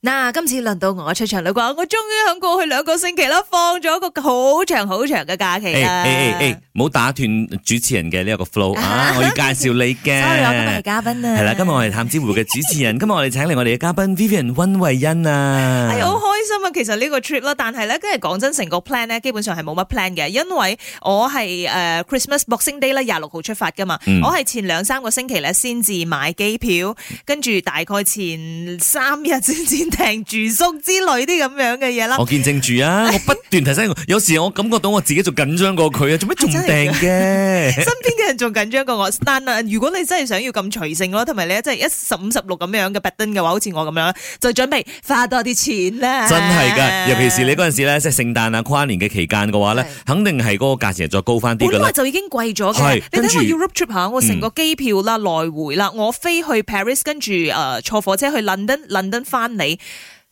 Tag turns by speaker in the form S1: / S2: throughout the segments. S1: 嗱，今次輪到我出場啦啩，我終於喺過去兩個星期啦，放咗個好長好長嘅假期
S2: 誒
S1: 啦。
S2: 誒誒，啊唔好打斷主持人嘅呢一 個 flow 啊！我要介紹
S1: sorry，
S2: 你
S1: 我今日係
S2: 嘅。
S1: 嘉賓啊。
S2: 係啦，今日我係探知湖嘅主 持人，今日我哋請嚟我哋嘅嘉賓 Vivian 温慧欣啊。
S1: 係好開心啊！其實呢個 trip 啦，但係咧，跟住講真，成個 plan 咧，基本上係冇乜 plan 嘅，因為我係誒、呃 Christmas Boxing Day 咧廿六號出發噶嘛，
S2: 嗯
S1: 我係前兩三個星期咧先至買機票，跟住大概前三日先至訂住宿之類啲咁樣嘅嘢啦。
S2: 我見證住啊！ 我不斷提醒佢，有時我感覺到我自己仲緊張過佢啊！做咩仲訂 嘅？
S1: 身邊嘅人仲緊張過我。但啊，如果你真係想要咁隨性咯，同埋你真係一十五十六咁樣嘅拔登嘅話，好似我咁樣，就準備花多啲錢啦。
S2: 真係㗎，尤其是你嗰陣時咧，即係聖誕啊、跨年嘅期間嘅話咧
S1: 係，
S2: 肯定係嗰個價錢係再高翻啲㗎
S1: 本
S2: 啦
S1: 來。就已經貴咗嘅
S2: 係，
S1: 你
S2: 跟
S1: 睇
S2: 住嗯
S1: 我 Europe trip 下，我成個機票啦、來回啦，我飛去 Paris，跟住誒坐火車去 London，London 翻嚟。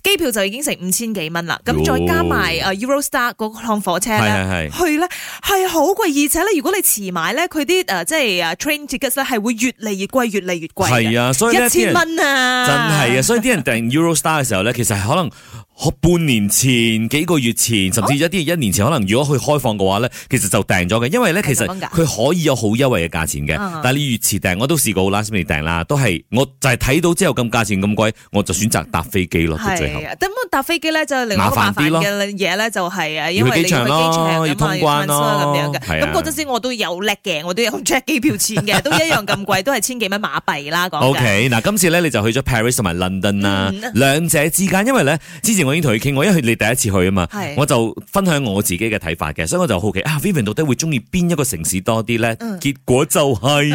S1: 機票就已經成五千幾蚊啦，咁再
S2: 喲
S1: 加埋誒 Eurostar 嗰趟火車咧，
S2: 係係係
S1: 去咧係好貴，而且咧如果你遲買咧，佢啲呃誒即係誒 train tickets 咧係會越嚟越貴，越嚟越貴嘅。
S2: 係啊，所以呢
S1: 一
S2: 啲
S1: 千
S2: 人
S1: 蚊啊！
S2: 真係啊，所以啲人訂 Eurostar 嘅時候咧，其實係可能學半年前、幾個月前，甚至
S1: 哦
S2: 一啲一年前，可能如果佢開放嘅話咧，其實就訂咗嘅，因為咧
S1: 係
S2: 其
S1: 咁
S2: 實
S1: 樣㗎
S2: 佢可以有好優惠嘅價錢嘅
S1: 啊，
S2: 但係你越遲訂，我都試過 last minute 訂啦，都係我就係睇到之後咁價錢咁貴，我就選擇搭飛機咯，到最後
S1: 係。啊，咁我搭飛機咧就另外一個麻
S2: 麻煩
S1: 煩
S2: 啲咯
S1: 嘅嘢咧就係啊，因為
S2: 要
S1: 你要去
S2: 去機
S1: 機場
S2: 場
S1: 咁
S2: 咯
S1: 啊，
S2: 要通關咯
S1: 要 transfer 咁樣嘅。
S2: 係
S1: 咁
S2: 啊
S1: 嗰陣時我都有叻嘅，我都有 check 機票錢嘅，都一樣咁貴，都係千幾蚊馬幣啦講
S2: O
S1: 緊。
S2: K，嗱，今次咧你就去咗 Paris 同埋 London 啦
S1: 嗯，
S2: 兩者之間，因為咧之前我已經同佢傾過，因為你第一次去啊嘛
S1: 係，
S2: 我就分享我自己嘅睇法嘅，所以我就好奇啊，Vivian 到底會中意邊一個城市多啲咧？
S1: 嗯
S2: 結果就 係、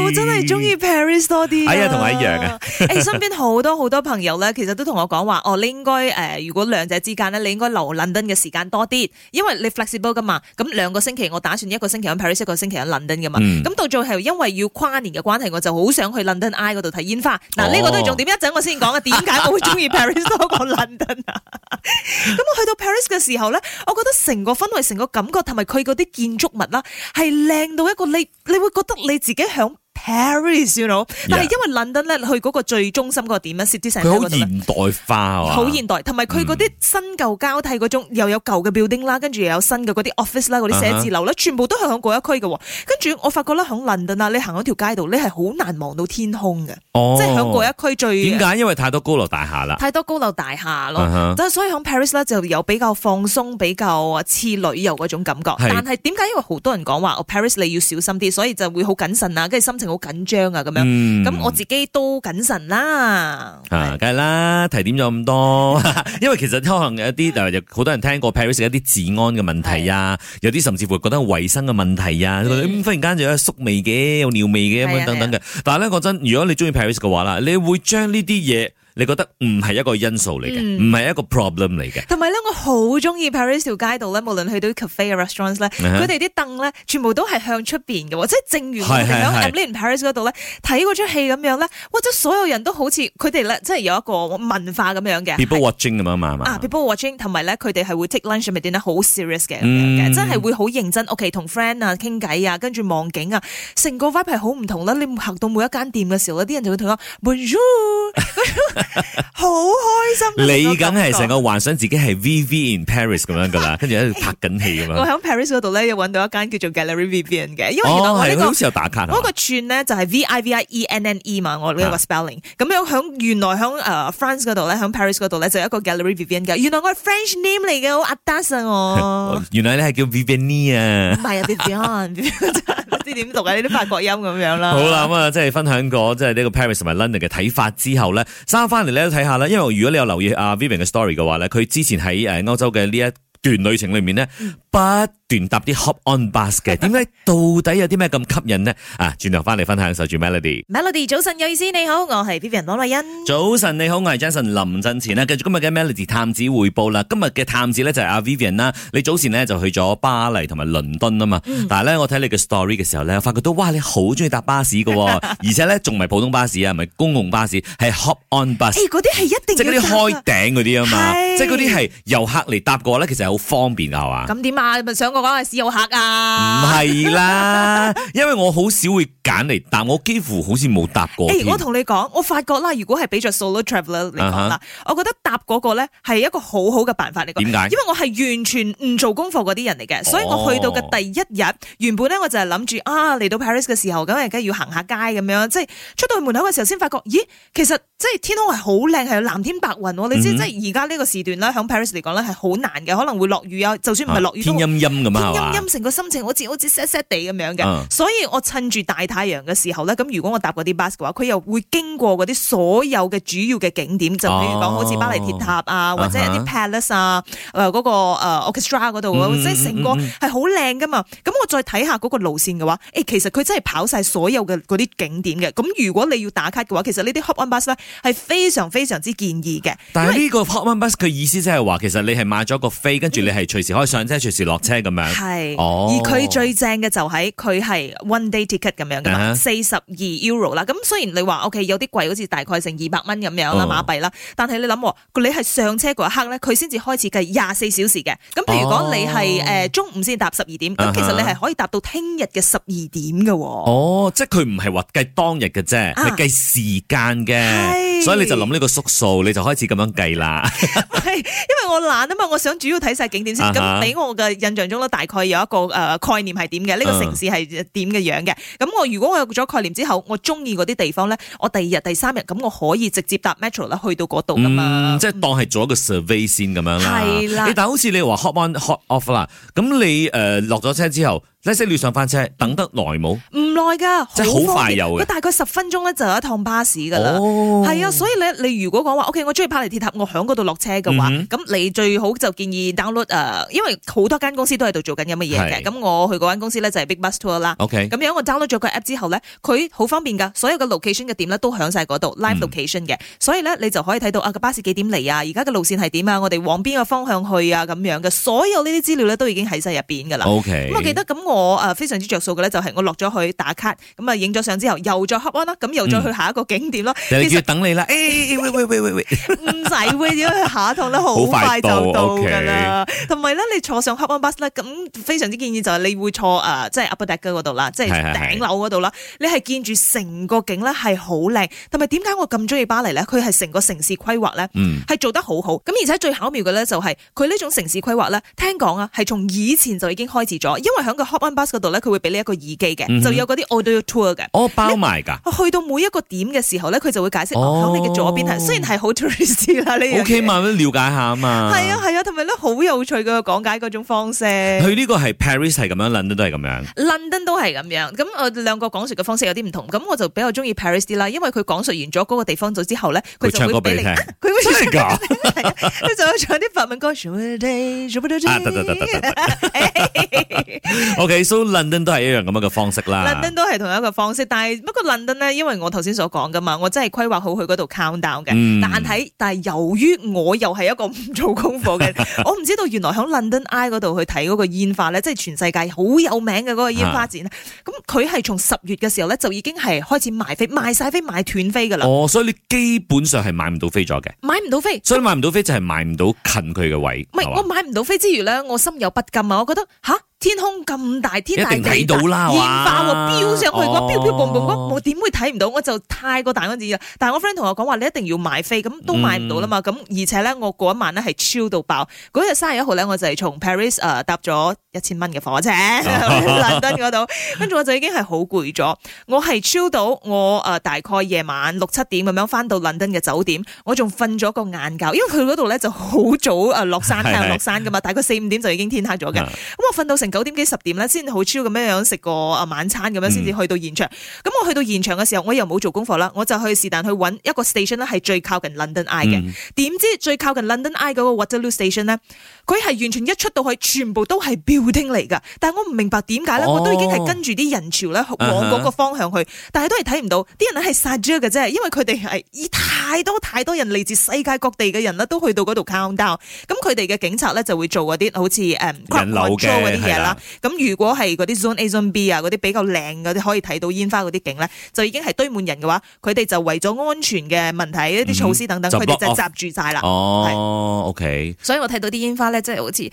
S2: 啊
S1: 我真係中意 Paris 多啲、
S2: 哎呀同我一樣 啊！
S1: 誒，身邊好多好多朋友咧，其實都同我講話，哦，你應該誒、呃如果兩者之間咧，你應該留 London 嘅時間多啲，因為你 flexible 噶嘛。咁兩個星期我打算一個星期喺 Paris，一個星期喺 London 噶嘛。
S2: 嗯
S1: 咁、到最後因為要跨年嘅關係，我就好想去 London Eye 嗰度睇煙花。嗱，呢個都係重點，一陣我先講啊。點解我會中 意 Paris 多過 London 啊？咁我去到 Paris 嘅時候咧，我覺得成個氛圍、成個感覺同埋佢嗰啲建築物啦，係靚到一個你，你會覺得你自己響 Paris，you know。但係因為 London 咧，去嗰個最中心嗰個點咧，City Centre
S2: 佢
S1: 嗰
S2: 好
S1: 度呢
S2: 現代化啊，
S1: 好現代，同埋佢嗰啲新舊交替嗰種，又有舊嘅 building 啦，跟住又有新嘅嗰啲 office 啦，嗰啲寫字樓啦，全部都係響嗰一區嘅喎。跟住我發覺咧，響 London 啊，你行嗰條街度，你係好難望到天空嘅，
S2: 哦
S1: 即係響嗰一區最
S2: 點解？因為太多高樓大廈啦。
S1: 太多高樓大廈咯。
S2: 啊哈
S1: 但係所以喺 Paris 咧就有比較放鬆、比較似旅遊嗰種感覺。
S2: 係
S1: 但係點解因為好多人講話，我哦 Paris 你要小心啲，所以就會好謹慎啊，跟住心情好緊張啊咁樣。
S2: 嗯
S1: 咁、我自己都謹慎 啦。
S2: 啊，梗係啦，提點咗咁多， 因為其實可能有一啲誒，有好多人聽過 Paris 一啲治安嘅問題啊，有啲甚至乎覺得衞生嘅問題啊，覺得嗯忽然間就有宿味嘅，有尿味嘅咁
S1: 係啊
S2: 樣等等嘅。但係咧講真，如果你中意 Paris 嘅話啦，你會將呢啲嘢，你覺得唔係一個因素嚟
S1: 嗯
S2: 嘅，唔係、一個 problem 嚟 嘅。
S1: 同埋咧，我好中意 Paris 條街度咧，無論去到 cafe 啊、restaurants 咧，
S2: 嗯哼
S1: 佢哋啲凳咧，全部都係向出邊嘅喎，即係正如我哋
S2: 係係
S1: 喺
S2: 係
S1: Emily in Paris 嗰度咧睇嗰出戲咁樣咧，哇！即係所有人都好似佢哋咧，即係有一個文化咁樣嘅。
S2: People watching 咁樣嘛，係嘛
S1: 啊，people watching 同埋咧，佢哋係會 take lunch 咪變得好 serious 嘅咁樣
S2: 嗯
S1: 嘅，真係會好認真。OK，同 friend 啊傾偈啊，跟住望景啊，成個 vibe 係好唔同啦。你行到每一間店嘅時候咧，啲人就會同我 bonjour，好開心啊。
S2: 你
S1: 個
S2: 梗
S1: 感
S2: 係
S1: 覺
S2: 成個幻想自己係 VV in Paris 咁樣噶啦，跟住喺度拍緊戲咁
S1: 我
S2: 樣。
S1: 喺 Paris 嗰度咧，又揾到一間叫做 Gallery Vivian 嘅，因為原來
S2: 哦，
S1: 我呢、
S2: 係
S1: 個
S2: 好。似有打卡啊嘛
S1: 嗰個串咧就係 V I V I E N N E 嘛，我呢個
S2: 啊
S1: spelling。咁樣響原來響誒 France 嗰度咧，響 Paris 嗰度咧就有一個 Gallery Vivian 嘅。原來我係 French name 嚟嘅，好 a d a s 啊 我。
S2: 哦原來你係叫 Viviani 啊
S1: 唔。 係啊 Vivian，唔 知點讀啊？你啲法國音咁樣啦。
S2: 好啦，，咁啊，即係分享過即係呢個 Paris 同埋 London 嘅睇法之後咧，三翻嚟咧都睇下啦。因為如果你有留意阿 Vivian 嘅 story 嘅話咧，佢之前喺呃誒歐洲嘅呢一段旅程裏面 咧，不斷搭啲 hop on bus 嘅。點解到底有啲咩咁吸引呢？啊，轉頭翻嚟分享守住 Melody。
S1: Melody 早晨有意思，你好，我係 Vivian 羅麗欣。
S2: 早晨，你好，我係 Jason 林振前啦。啊繼續今日嘅 Melody 探子匯報啦。今日嘅探子咧就係阿 Vivian 啦。你早前咧就去咗巴黎同埋倫敦啊嘛。
S1: 嗯
S2: 但係咧，我睇你嘅 story 嘅時候咧，我發覺到哇，你好中意搭巴士嘅喎， 而且咧仲唔係普通巴士啊，唔係公共巴士，係 hop on bus，
S1: 誒，嗰啲係一
S2: 啊即
S1: 定
S2: 係嗰
S1: 要
S2: 啲開頂嗰啲啊嘛
S1: 啊係。
S2: 即係嗰啲係遊客嚟搭嘅話咧，其實係好方便㗎，係嘛？
S1: 咁點啊？啊？咪上過講係史有客
S2: 唔
S1: 啊？
S2: 係 啦，因為我好少會揀嚟答，我幾乎好似冇答過
S1: 誒，
S2: 添。
S1: 我同你講，我發覺啦，如果係俾着 solo traveler 嚟
S2: 啊
S1: 講啦，我覺得搭嗰個咧係一個好好嘅辦法嚟講。
S2: 點解哦
S1: 因為我係完全唔做功課嗰啲人嚟嘅，所以我去到嘅第一日，原本咧我就係諗住啊嚟到 Paris 嘅時候，咁啊梗係要行下街咁樣，即係出到去門口嘅時候先發覺，咦，其實即係天空係好靚，係藍天白雲喎。你知
S2: 嗯哼
S1: 即係而家呢個時段咧，響 Paris 嚟講咧係好難嘅，可能會落雨啊，就算唔係落雨都
S2: 天
S1: 好。
S2: 陰陰咁啊，係嘛
S1: 天陰陰，成個心情好似好似 sad sad 地咁樣嘅，
S2: 嗯
S1: 所以我趁住大太陽嘅時候咧，咁如果我搭嗰啲 bus 嘅話，佢又會經過嗰啲所有嘅主要嘅景點，就譬如講
S2: 哦
S1: 好似巴黎鐵塔啊，或者係
S2: 啊
S1: 啲 palace 啊，誒嗰個誒 orchestra 嗰度啊，
S2: 嗯
S1: 即係成個係好靚噶嘛。咁我再睇下嗰個路線嘅話，誒其實佢真係跑晒所有嘅嗰啲景點嘅。咁如果你要打卡嘅話，其實呢啲 hop on bus 咧係非常非常之建議嘅。
S2: 但係呢個 Hot One Bus 佢意思即係話，其實你係買咗個飛，跟住你係隨時可以上車、隨時落車咁樣。
S1: 係，
S2: 哦
S1: 而佢最正嘅就喺佢係 one day ticket 咁樣噶
S2: 啊哈
S1: 嘛，四十二 euro 啦。咁雖然你話 OK 有啲貴，好似大概成二百蚊咁樣啦
S2: 嗯
S1: 馬幣啦，但係你諗喎，佢你係上車嗰一刻咧，佢先至開始計廿四小時嘅。咁譬如講你係
S2: 哦
S1: 誒中午先搭十二點，
S2: 啊哈
S1: 咁其實你係可以搭到聽日嘅十二點嘅喎。
S2: 哦，即係佢唔係話計當日嘅啫，
S1: 啊
S2: 係計時間嘅，
S1: 係
S2: 所以你就諗呢個縮數，你就開始咁樣計啦。
S1: 係，因為我懶啊嘛，我想主要睇晒景點先。
S2: 啊哈
S1: 咁俾我嘅印象中咧，大概有一個誒、呃概念係點嘅，呢、個
S2: 嗯
S1: 城市係呃點嘅樣嘅。咁我如果我有咗概念之後，我中意嗰啲地方咧，我第二日、第三日咁，我可以直接搭 metro 啦，去到嗰度噶嘛。
S2: 嗯，即係當係做一個 survey 先咁樣啦。
S1: 啊係啦
S2: 咦但係好似你話 hot on hot off 啦，咁你誒落咗車之後，即係你要上翻車，等得耐冇？
S1: 唔耐噶，
S2: 嗯即係好
S1: 方
S2: 快
S1: 便
S2: 有嘅
S1: 佢大概十分鐘咧就有一趟巴士噶啦。
S2: 哦
S1: 係啊，所以咧，你如果講話，OK，我中意巴黎鐵塔，我響嗰度落車嘅話，
S2: 嗯
S1: 咁、你最好就建議 download 誒、因為好多間公司都喺度做緊咁嘅嘢嘅。
S2: 係
S1: 咁我去嗰間公司咧就係 Big Bus Tour 啦。
S2: OK，
S1: 咁樣我 download 咗個 app 之後咧，佢好方便噶，所有嘅 location 嘅點咧都響晒嗰度 live location 嘅，所以咧你就可以睇到啊個巴士幾點嚟啊，而家嘅路線係點啊，我哋往邊個方向去啊咁樣嘅，所有呢啲資料咧都已經喺晒入邊噶啦。
S2: OK，
S1: 咁我記得咁我呃誒非常之着數嘅咧，就係我落咗去打卡，咁啊影咗相之後又再 hop on 啦，咁又再去下一個景點啦，
S2: 就係
S1: 其
S2: 叫
S1: 實
S2: 等你啦。誒誒誒喂喂喂喂喂，
S1: 唔使會點樣去下一趟咧，好快就到㗎啦。同埋咧，你坐上 hop on bus 咧，咁非常之建議就係你會坐誒，即係 upper deck 嗰度啦，即係
S2: 係係係
S1: 頂樓嗰度啦。你係見住成個景咧係好靚，同埋點解我咁中意巴黎咧？佢係成個城市規劃咧。
S2: 嗯，
S1: 係做得好好，咁而且最巧妙嘅咧就係佢呢種城市規劃咧，聽講啊係從以前就已經開始咗，因為喺個 hop on bus 嗰度咧，佢會俾你一個耳機嘅，
S2: 嗯哼
S1: 就有嗰啲 audio tour 嘅。
S2: 我哦包埋㗎。
S1: 我啊去到每一個點嘅時候咧，佢就會解釋
S2: 哦
S1: 哦，喺你嘅左邊係，雖然 係好 tourist 啦呢樣
S2: O K
S1: 嘢，
S2: 嘛，咁了解下嘛。
S1: 係啊係啊，同埋咧好有趣嘅講解嗰種方式。
S2: 佢呢個係 Paris 係咁樣，London 都 係咁樣。
S1: London 都係咁樣，咁我哋兩個講述嘅方式有啲唔同，咁我就比較中意 Paris 啲啦，因為佢講述完咗嗰個地方咗之後咧，佢
S2: 佢
S1: 就
S2: 唱
S1: 會
S2: 歌俾
S1: 俾
S2: 你
S1: 你
S2: 聽，
S1: 佢會
S2: 真係㗎？啊
S1: 係啊佢就會唱啲法 文歌，
S2: 得得得得得得。O K，so London 都係一樣咁樣嘅方式啦。
S1: London 都係同一個方式，但係不過 London 咧，因為我頭先所講噶嘛，我真係規劃好去嗰度 count down 嘅。
S2: 嗯
S1: 但係但係由於我又係一個唔做功課 嘅，我唔知道原來喺 London Eye 嗰度去睇嗰個煙花咧，即係全世界好有名嘅嗰個煙花展咧。
S2: 啊
S1: 咁佢係從十月嘅時候咧，就已經係開始賣飛，賣晒飛，賣斷飛噶啦，
S2: 哦，所以你基本上係買唔到飛咗嘅，
S1: 買唔到飛。
S2: 所以買唔到飛就係買唔到近佢嘅位。
S1: 唔係
S2: 係嘛
S1: 我買唔到飛之餘咧，我心有不甘啊！我覺得吓，天空咁大，天大
S2: 一定睇
S1: 地大
S2: 到啦
S1: 煙
S2: 哇
S1: 花喎，飆上去
S2: 哦
S1: 嗰飄飄蹦蹦嗰，我點會睇唔到？我就太過大嗰陣啦。但係我 friend 同我講話，你一定要買飛，咁都買唔到啦嘛。咁、而且咧，我嗰一晚咧係超到爆。嗰日三十一號咧，我就係從 Paris 誒、搭咗一千蚊嘅火車倫敦嗰度，跟住我就已經係好攰咗。我係超到我誒、呃大概夜晚六七點咁樣翻到倫敦嘅酒店，我仲瞓咗個晏覺，因為佢嗰度咧就好早誒、落山，
S2: 係
S1: 太
S2: 係
S1: 陽落山噶嘛，大概四五點就已經天黑咗嘅。
S2: 啊
S1: 咁我瞓到成九點幾十點咧，先好超咁樣樣食個啊晚餐咁樣，先至去到現
S2: 嗯
S1: 場。咁、我去到現場嘅時候，我又冇做功課啦，我就去是但去揾一個 station 咧，係最靠近 London Eye 嘅。
S2: 嗯
S1: 點、知最靠近 London Eye 嗰個 Waterloo Station 咧，佢係完全一出到去，全部都係 building 嚟噶。但係我唔明白點解咧，
S2: 哦
S1: 我都已經係跟住啲人潮
S2: 啊
S1: 咧往嗰個方向去，但係都係睇唔到啲人係殺咗嘅啫，因為佢哋係以太多太多人嚟自世界各地嘅人咧，都去到嗰度 count down。咁佢哋嘅警察咧就會做嗰啲好似誒
S2: 人流
S1: crowd
S2: 嘅
S1: control 嗰啲嘢嘅啦。咁如果係嗰啲 Zone A、Zone B 啊，嗰啲比較靚嗰啲可以睇到煙花嗰啲景咧，就已經係堆滿人嘅話，佢哋就為咗安全嘅問題一啲措施等等，
S2: 嗯就
S1: 佢哋
S2: block
S1: 就閘住晒啦。
S2: 哦，OK，
S1: 所以我睇到啲煙花咧，即係好似誒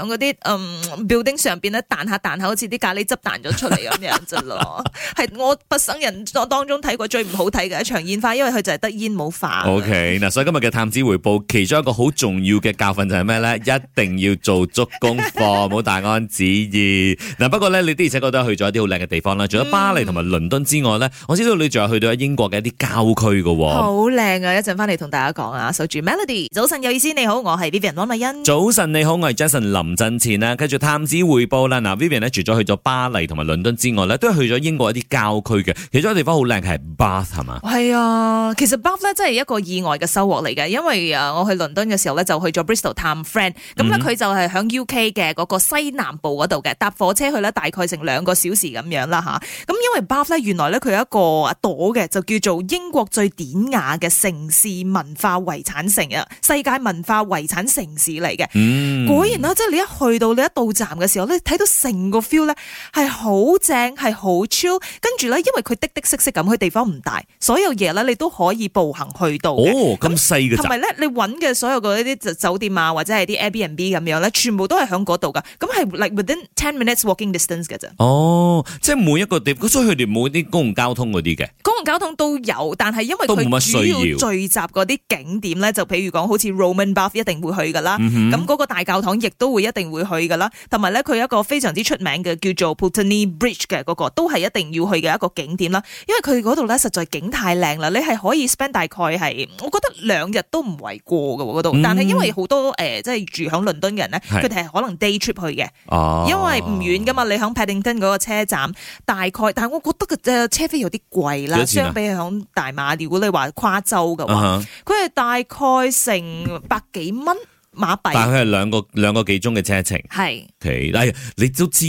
S1: 響嗰啲嗯 building 上邊咧彈下彈下，好似啲咖喱汁彈咗出嚟咁樣啫咯。 係我畢生人當中睇過最唔好睇嘅一場煙花，因為佢就係得煙冇化。
S2: OK，嗱，所以今日嘅探子回報，其中一個好重要嘅教訓就係咩咧？一定要做足功課，唔好大安旨意。嗱，不過咧，你的而且確都去咗一啲好靚嘅地方啦，除
S1: 嗯
S2: 咗巴黎同埋倫敦之外咧，我知道你仲有去到英國嘅一啲郊區嘅喎。
S1: 好靚啊！一陣翻嚟同大家講啊，守住 Melody。早晨有意思，你好，我係 Vivian 汪麗欣。
S2: 早晨，你好，我係 Jason 林振前啊啦。繼續探子匯報啦。嗱，Vivian 咧除咗去咗巴黎同埋倫敦之外咧，都係去咗英國一啲郊區嘅。其中一個地方好靚係 Bath 係嘛？
S1: 係啊，其實 Bath 咧真係一個意外嘅收穫嚟嘅，因為誒我去倫敦嘅時候咧就去咗 Bristol 探 friend，咁咧佢就係響 UK 嘅嗰個西南部嗰啊度嘅，搭火車去咧大概成兩個小時咁樣啦吓，咁因為 Bath 咧原來咧佢有一個朵嘅，就叫做英國最典雅嘅城市文化遺產城啊，世界文化遺產城市嚟嘅。
S2: 嗯，
S1: 果然啦，即係你一去到你一到站嘅時候咧，你睇到成個 feel 咧係好正，係好 chill。跟住咧，因為佢的的色色咁，佢地方唔大，所有嘢咧你都可以步行去到嘅。
S2: 哦，咁細嘅
S1: 同
S2: 咋？
S1: 埋咧，你揾嘅所有嘅一啲酒店啊，或者係啲 Airbnb 咁樣咧，全部都係喺嗰度噶。咁係 like within ten minutes walking distance 嘅啫。
S2: 哦，即係每一個地，所以佢哋冇啲公共交通嗰啲嘅。
S1: 公共交通都有，但係因為
S2: 都冇
S1: 佢
S2: 乜需
S1: 主
S2: 要
S1: 要聚集嗰啲景點咧，就譬如講好似 Roman Bath 一定會去噶啦，
S2: 嗯
S1: 咁嗰、個大教堂亦都會一定會去噶啦，同埋咧佢有一個非常之出名嘅叫做 Putney Bridge 嘅嗰、個，都係一定要去嘅一個景點啦。因為佢嗰度咧實在景太靚啦，你係可以 spend 大概係，我覺得兩日都唔為過嘅喎嗰度。但係因為好多誒、呃即係住響倫敦嘅人咧，
S2: 嗯係
S1: 佢哋係可能 day trip 去嘅。
S2: 哦，
S1: 因為唔啊遠噶嘛，你響 Paddington 嗰個車站大概，但係我覺得個誒車飛有啲貴
S2: 幾多
S1: 啦，
S2: 錢啊
S1: 相比響大馬，如果你話跨州嘅話，
S2: 啊哈
S1: 佢係大概成百幾蚊馬
S2: 但
S1: 幣，
S2: 係佢係兩個兩個幾鐘嘅車程。
S1: 係
S2: OK，但係你都知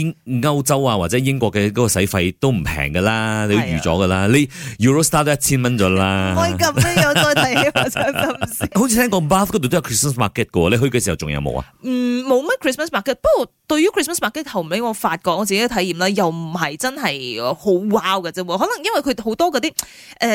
S2: 歐洲啊或者英國嘅嗰個使費都唔平噶啦，
S1: 啊
S2: 你都預咗噶啦，你 Eurostar 都一千蚊咗啦。
S1: 咁樣再睇我真心
S2: 好似聽講 Bath 嗰度都有 Christmas market 嘅喎，你去嘅時候仲有冇啊？
S1: 嗯，冇乜 Christmas market，不過對於 Christmas market 後尾我發覺我自己嘅體驗咧，又唔係真係好 wow 嘅啫喎，可能因為佢好多嗰啲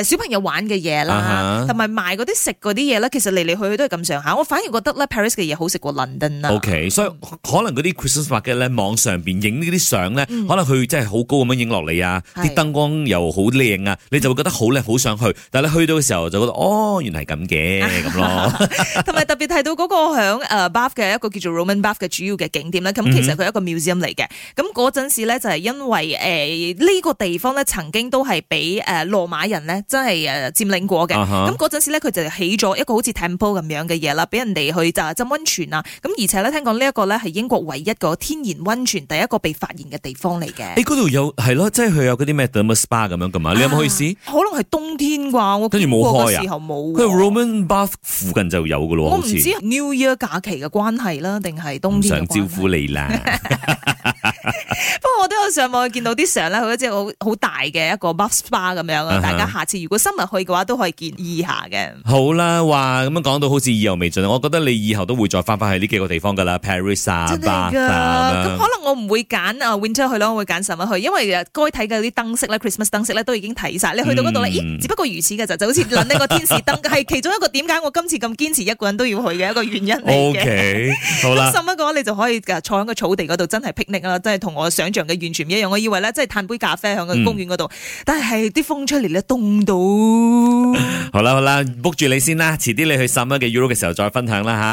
S1: 誒小朋友玩嘅嘢
S2: 啊
S1: 啦
S2: 哈，
S1: 同埋賣嗰啲食嗰啲嘢咧，其實嚟嚟去去都係咁上下。我反而覺得咧 Paris 嘅嘢好食過啊倫敦啦。
S2: OK，所以可能嗰啲 Christmas market 咧，網上邊影呢啲相咧，
S1: 嗯
S2: 可能佢真係好高咁樣影落嚟啊，
S1: 係
S2: 啲燈光又好靚啊，你就會覺得好靚，好想去。但係你去到嘅時候就覺得，哦，原來係 咁
S1: 啊
S2: 嘅咁咯。
S1: 同埋特別提到嗰個響誒 Bath 嘅一個叫做 Roman Bath 嘅主要嘅景點咧，咁
S2: 嗯
S1: 其實佢係一個 museum 嚟嘅。咁嗰陣時咧就係因為誒呢個地方咧曾經都係俾誒羅馬人咧真係誒佔領過嘅。
S2: 啊哈
S1: 咁嗰陣時咧佢就起咗一個好似 temple 咁樣嘅嘢啦，俾人哋去就浸温泉啊。咁而且咧聽講呢一個咧係英國唯一個天然温泉第一個被發現嘅地方 嚟嘅。
S2: 誒嗰度有係咯，即係佢有嗰啲咩 thermal spa 咁樣
S1: 啊
S2: 噶嘛，啊你有冇去試？
S1: 可能係冬天啩，我
S2: 跟住
S1: 經
S2: 冇
S1: 過
S2: 開啊哦
S1: 嘅時候冇
S2: 佢
S1: 喎。
S2: Roman Bath 附近就有噶咯，
S1: 我
S2: 好
S1: 唔
S2: 似
S1: 知 New Year 假期嘅關係啦，定係冬
S2: 唔
S1: 天嘅
S2: 想
S1: 關係
S2: 招呼你啦。
S1: 不過我都有上網見到啲相咧，佢一隻好好大嘅一個 buff spa 咁樣
S2: 啊哈
S1: 啊！大家下次如果深入去嘅話，都可以建議下嘅。
S2: 好啦，話咁樣講到好似意猶未盡，我覺得你以後都會再翻翻去呢幾個地方噶啦，Paris 啊、
S1: 真
S2: Bath
S1: 係㗎，
S2: 啊咁
S1: 咁
S2: 樣
S1: 可能我唔會揀啊 winter 去咯，我會揀 summer 去，因為誒該睇嘅啲燈飾咧，Christmas 燈飾咧都已經睇晒。你去到嗰度咧，
S2: 嗯
S1: 咦？只不過如此嘅就就好似諗呢個天使燈，係其中一個點解我今次咁堅持一個人都要去嘅一個原因嚟
S2: O
S1: 嘅。
S2: K，好啦
S1: 咁。summer 嘅話，你就可以誒坐喺個草地嗰度，真係 picnic 啦，真係同我想象嘅完全唔一樣。我以為咧，即係嘆杯咖啡喺個
S2: 嗯
S1: 公園嗰度，但係啲風出嚟咧，凍到〜
S2: 好啦好啦，book 住你先啦，遲啲你去十蚊嘅 Euro 嘅時候再分享啦吓。